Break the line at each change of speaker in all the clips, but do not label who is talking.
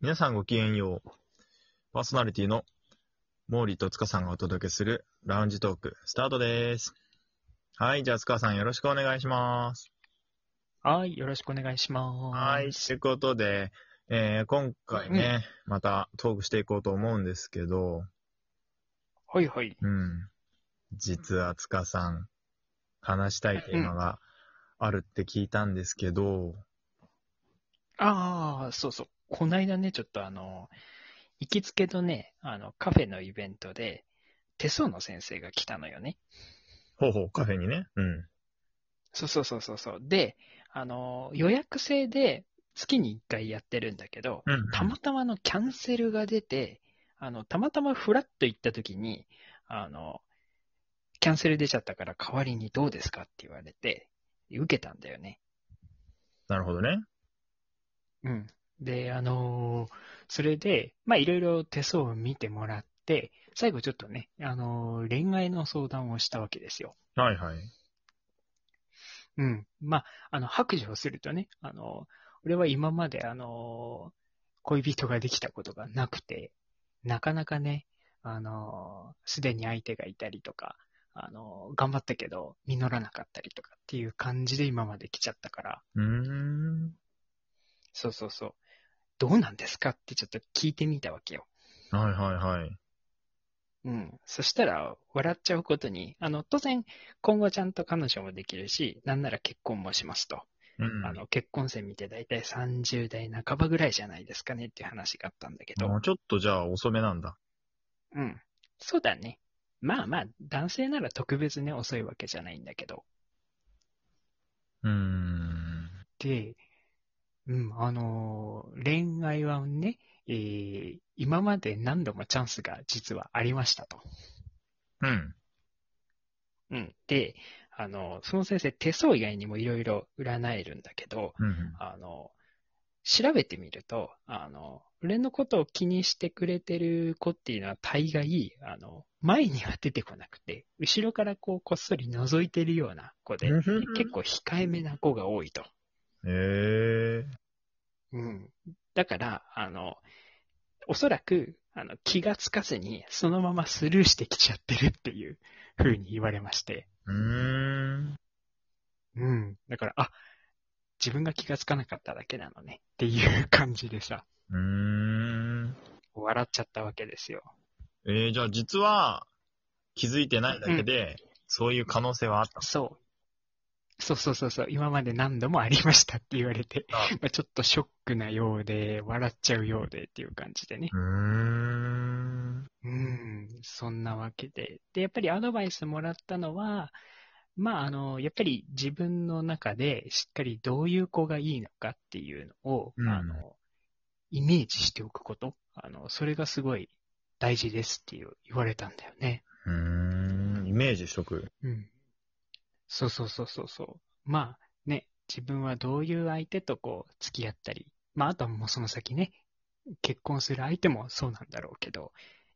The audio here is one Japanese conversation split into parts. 皆さんごきげんよう。パーソナリティの毛利と塚さんがお届けするラウンジトーク、スタートです。はい、じゃあ塚さんよろしくお願いします。
はい、よろしくお願いします。
はい、ということで、えー今回ね、またトークしていこうと思うんですけど、
はいはい。
うん。実は塚さん、話したいテーマがあるって聞いたんですけど、
ああ、そうそう。こないだね、ちょっとあの、行きつけのね、あの、カフェのイベントで、手相の先生が来たのよね。
ほうほう、カフェにね。うん。
そうそうそうそうそう。で、あの、予約制で月に1回やってるんだけど、
うん。
たまたまあのキャンセルが出て、あの、たまたまフラッと行った時に、あの、キャンセル出ちゃったから代わりにどうですかって言われて、受けたんだよね。
なるほどね。
うん。で、あのーそれで、まあ、いろいろ手相を見てもらって、最後ちょっとね、あのー恋愛の相談をしたわけですよ。
はいはい。
うん。まあ、あの、白状するとね、あのー俺は今まで、あのー恋人ができたことがなくて、なかなかね、あのーすでに相手がいたりとか、あのー頑張ったけど、実らなかったりとかっていう感じで今まで来ちゃったから、
うーん。
そうそうそう。どうなんですかってちょっと聞いてみたわけよ。
はいはいはい。
うん。そしたら、笑っちゃうことに、あの、当然、今後ちゃんと彼女もできるし、なんなら結婚もしますと。
うん。
あの、結婚生見て大体30代半ばぐらいじゃないですかねっていう話があったんだけど、
もうちょっとじゃあ遅めなんだ。
うん。そうだね。まあまあ、男性なら特別ね、遅いわけじゃないんだけど。
うーん。
で、うん、あのー恋愛はね、えー今まで何度もチャンスが実はありましたと。
うん。
うん。で、あの、その先生、手相以外にもいろいろ占えるんだけど、
うん。
あの、調べてみると、あの、俺のことを気にしてくれてる子っていうのは大概、あの、前には出てこなくて、後ろからこう、こっそり覗いてるような子で、結構控えめな子が多いと。
ええ
うん。だから、あの、おそらく、あの、気がつかずに、そのままスルーしてきちゃってるっていう風に言われまして。
うーん。
うん。だから、あ、自分が気がつかなかっただけなのねっていう感じでさ、
うーん。
笑っちゃったわけですよ。
えー、じゃあ実は気づいてないだけで、そういう可能性はあった。
そう。そうそうそうそう、今まで何度もありましたって言われて、
あ
まあ、ちょっとショックなようで、笑っちゃうようでっていう感じでね。
うーん。
うん、そんなわけで。で、やっぱりアドバイスもらったのは、まあ、あの、やっぱり自分の中でしっかりどういう子がいいのかっていうのを、
うん
あの、イメージしておくこと。あの、それがすごい大事ですっていう言われたんだよね。
うーん。イメージしとく。
うん。そうそうそうそうそう。まあ、ね、自分はどういう相手とこう、付き合ったり、まあ、あとはもうその先ね、結婚する相手もそうなんだろうけど、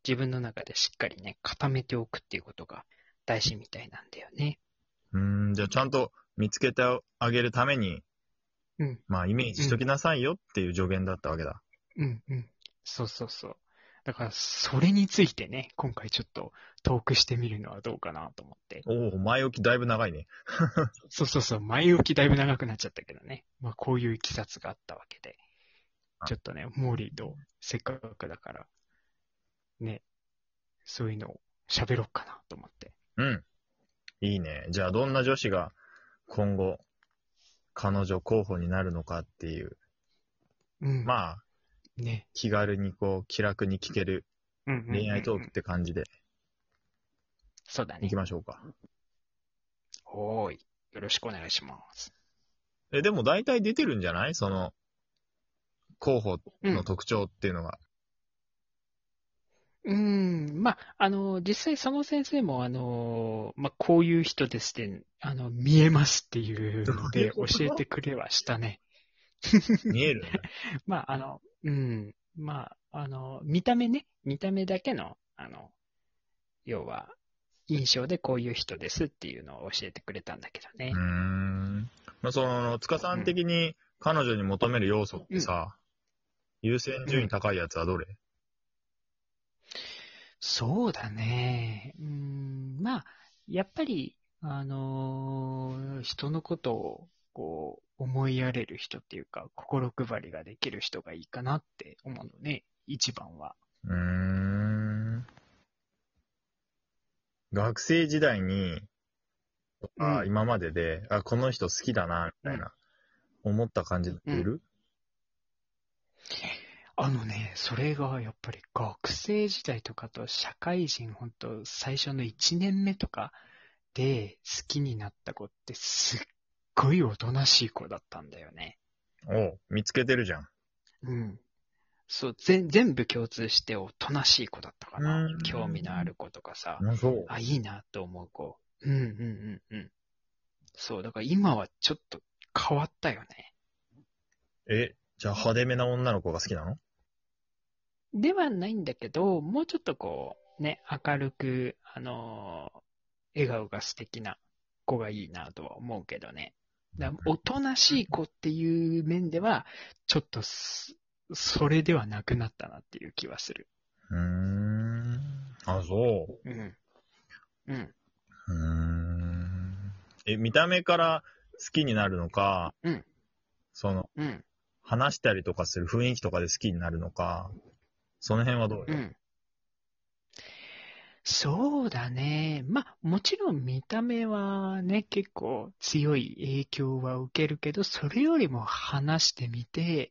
自分の中でしっかりね、固めておくっていうことが大事みたいなんだよね。
うーん。じゃあちゃんと見つけてあげるために、
うん、
まあイメージしときなさいよっていう助言だったわけだ。
うん、うん。そうそうそう。だから、それについてね、今回ちょっとトークしてみるのはどうかなと思って。
おお、前置きだいぶ長いね。
そうそうそう、前置きだいぶ長くなっちゃったけどね。まあ、こういういきさつがあったわけで。ちょっとね、モーリーとせっかくだから、ね、そういうのを喋ろうかなと思って。
うん。いいね。じゃあ、どんな女子が今後、彼女候補になるのかっていう、
うん。あ、
まあ、
ね。
気軽にこう、気楽に聞ける
うんうんうんうん
恋愛トークっ。て感じで
そうだ
い
ね
き。ましょうか。
おーい。よろしくお願いします。
え、でも大体出てるんじゃないその、候補
う
の
ん。
特徴っていうのが。
うん。まあ、あの、実際その先生も、あの、まあ、こういう人ですって、あの、見えますっていうので
どういうこ
教
と
えてくれはしたね。
見える んだ。
まあ、あの、うん。まあ、あの、見た目ね。見た目だけの、あの、要は、印象でこういう人ですっていうのを教えてくれたんだけどね
うー。ん。まあ、その、塚さん的に彼女に求める要素ってさ、優先順位高いやつはどれ、
そうだね。うーん、まあ、やっぱり、あのー人のことを、こう、思いやれる人っていうか、心配りができる人がいいかなって思うのね、一番は。
うーん。学生時代に、あ
うん
今までで、あ、この人好きだな、みたいな、思った感じっている、
あのね、それがやっぱり学生時代とかと社会人、本当最初の1年目とかで好きになった子ってすっごいおとなしい子だったんだよね。
おう見つけてるじゃん。
うん。そう、ぜん全部共通しておとなしい子だったかな
うん。
興味のある子とかさ、
あそう。
あ、いいなと思う子。うんうんうんうん。そう、だから今はちょっと変わったよね。
え、じゃあ派手めな女の子が好きなの
ではないんだけど、もうちょっとこう、ね、明るく、あのー笑顔が素敵な子がいいなとは思うけどね。だおとなしい子っていう面では、ちょっとす、それではなくなったなっていう気はする。
うーん。あ、そ
うん。うん。
う。うーん。え、見た目から好きになるのか、
うん
その、
うん。
話したりとかする雰囲気とかで好きになるのか、その辺はどうよ、
うん。そうだね。まあ、もちろん見た目はね、結構強い影響は受けるけど、それよりも話してみて、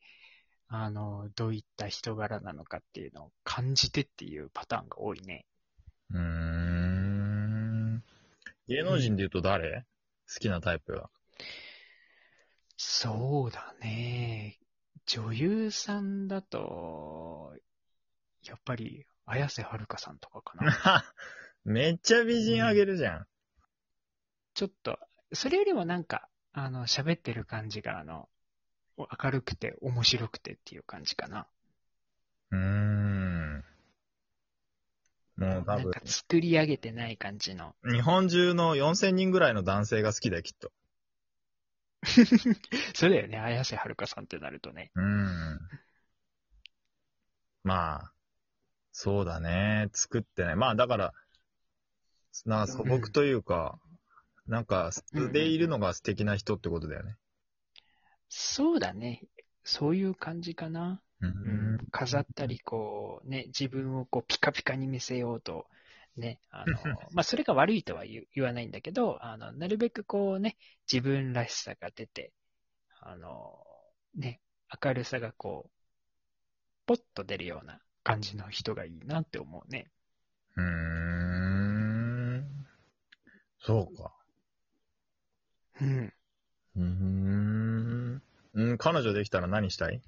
あの、どういった人柄なのかっていうのを感じてっていうパターンが多いね。
うーん。芸能人で言うと誰、好きなタイプは。
そうだね。女優さんだと、やっぱり、綾瀬はるかさんとかかな。
めっちゃ美人あげるじゃん。
ちょっと、それよりもなんか、あの、喋ってる感じが、あの、明るくて面白くてっていう感じかな。
うーん。もう多
なん
分
か、作り上げてない感じの。
日本中の4000人ぐらいの男性が好きだよ、きっと。
そうだよね、綾瀬はるかさんってなるとね。
うーん。まあ、そうだね。作ってない。まあ、だから、なんか素朴というか、なんか、素でいるのが素敵な人ってことだよね。
そうだね、そういう感じかな。
う
うん
ん。、
飾ったり、こう、ね、自分をこうピカピカに見せようと、ね、あ の、まあ、それが悪いとは言う言わないんだけど、あの、なるべくこうね、自分らしさが出て、あの、ね、明るさがこう、ポッと出るような感じの人がいいなって思うね。
うーん。そうか。
うん。
うーん。うん、彼女できたら何したい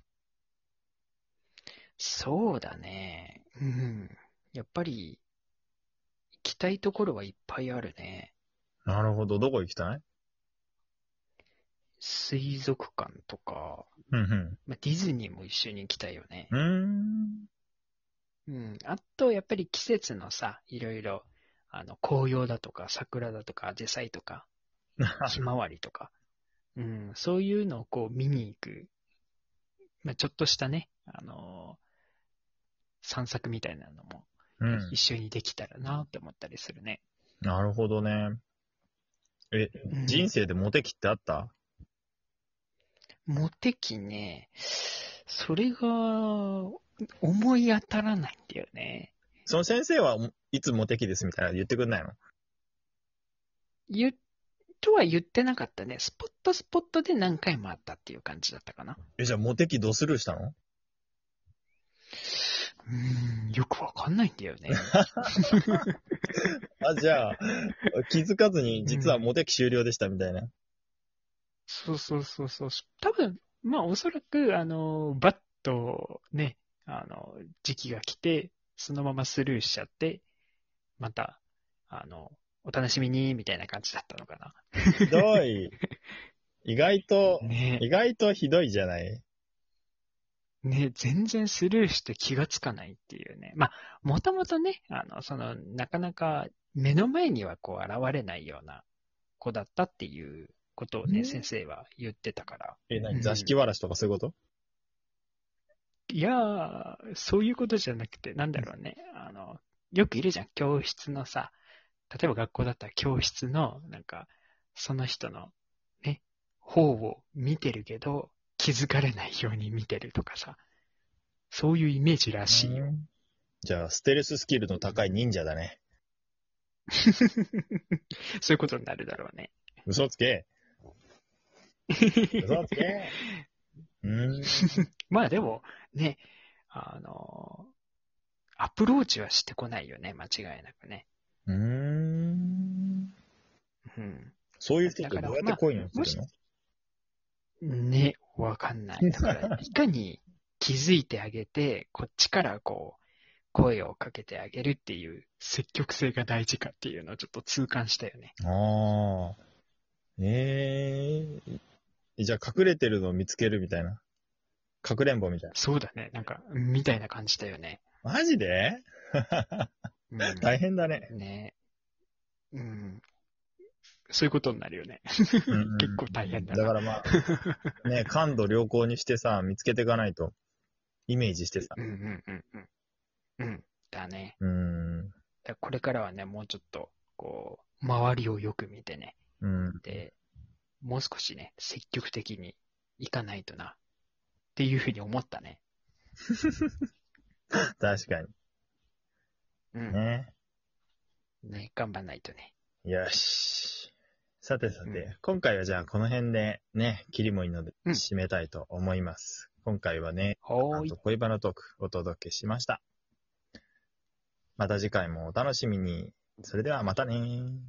そうだね。うん。やっぱり、行きたいところはいっぱいあるね。
なるほど。どこ行きたい
水族館とか、
うん、
まあ、ディズニーも一緒に行きたいよね。
うん。うーん。
うん、あと、やっぱり季節のさ、いろいろ、あの、紅葉だとか、桜だとか、アジサイと か、ひまわりとか、うん、そういうのをこう見に行く、まあ、ちょっとしたね、あのー散策みたいなのも
うん
一。緒にできたらなって思ったりするね。
なるほどね。え、
うん
人生でモテ期ってあった
モテ期ね、それが思い当たらないんだよね。
その先生はいつモテ期ですみたいなの言ってくんないの
言っとは言ってなかったね。スポットスポットで何回もあったっていう感じだったかな。
え、じゃあモテ期ドスルーしたの
うーん、よくわかんないんだよね。
あ、じゃあ、気づかずに実はモテ期終了でしたみたいな。
そうそうそうそう。多分、まあおそらく、あの、バッとね、あの、時期が来て、そのままスルーしちゃって、また、あの、お楽しみに、みたいな感じだったのか
ひど い。意外と
な。、ね
意外とひどいじゃない。
ね、全然スルーして気がつかないっていうね。まあ、もともとね、あの、その、なかなか目の前にはこう現れないような子だったっていうことを
う
ね、
ん
先生は言ってたから。
え、
う
何
ん
座敷わらしとかそういうこと
いやー、そういうことじゃなくて、なんだろうね。あの、よくいるじゃん。教室のさ、例えば学校だったら教室の、なんか、その人の、ね、方を見てるけど、気づかれないように見てるとかさ、そういうイメージらしいよ。
じゃあ、ステルススキルの高い忍者だね。
そういうことになるだろうね。
嘘つけ。嘘つけ。うーん。
まあでも、ね、あの、アプローチはしてこないよね、間違いなくね。
うーん。
うん。
そういう人ってどうやって恋に落ちるの、
ね、わかんない。だか ら、いかに気づいてあげて、こっちからこう、声をかけてあげるっていう積極性が大事かっていうのをちょっと痛感したよね。
ああ。ええじゃあ隠れてるのを見つけるみたいな。かくれんぼみたい
そうだね。なんか、みたいな感じだよね。
な。マジで
う ん、
大変だね。
ね。うん。そういうことになるよね。結構大変だな
だからまあ、ね、感度良好にしてさ、見つけていかないと、イメージしてさ。
うんうんうんうん。うん。だね。
うーん。
だからこれからはね、もうちょっと、こう、周りをよく見てね。
うん。
で、もう少しね、積極的に行かないとな。っていうふうに思ったね。
確か
う
に。
ん。
ね。
ね、頑張んないとね。
よし。さてさて、
うん
今回はじゃあこの辺でね、切りもいいので
うん
締めたいと思います。今回はね、
は
あ
ーい
と。恋バナトークお届けしました。また次回もお楽しみに。それではまたねー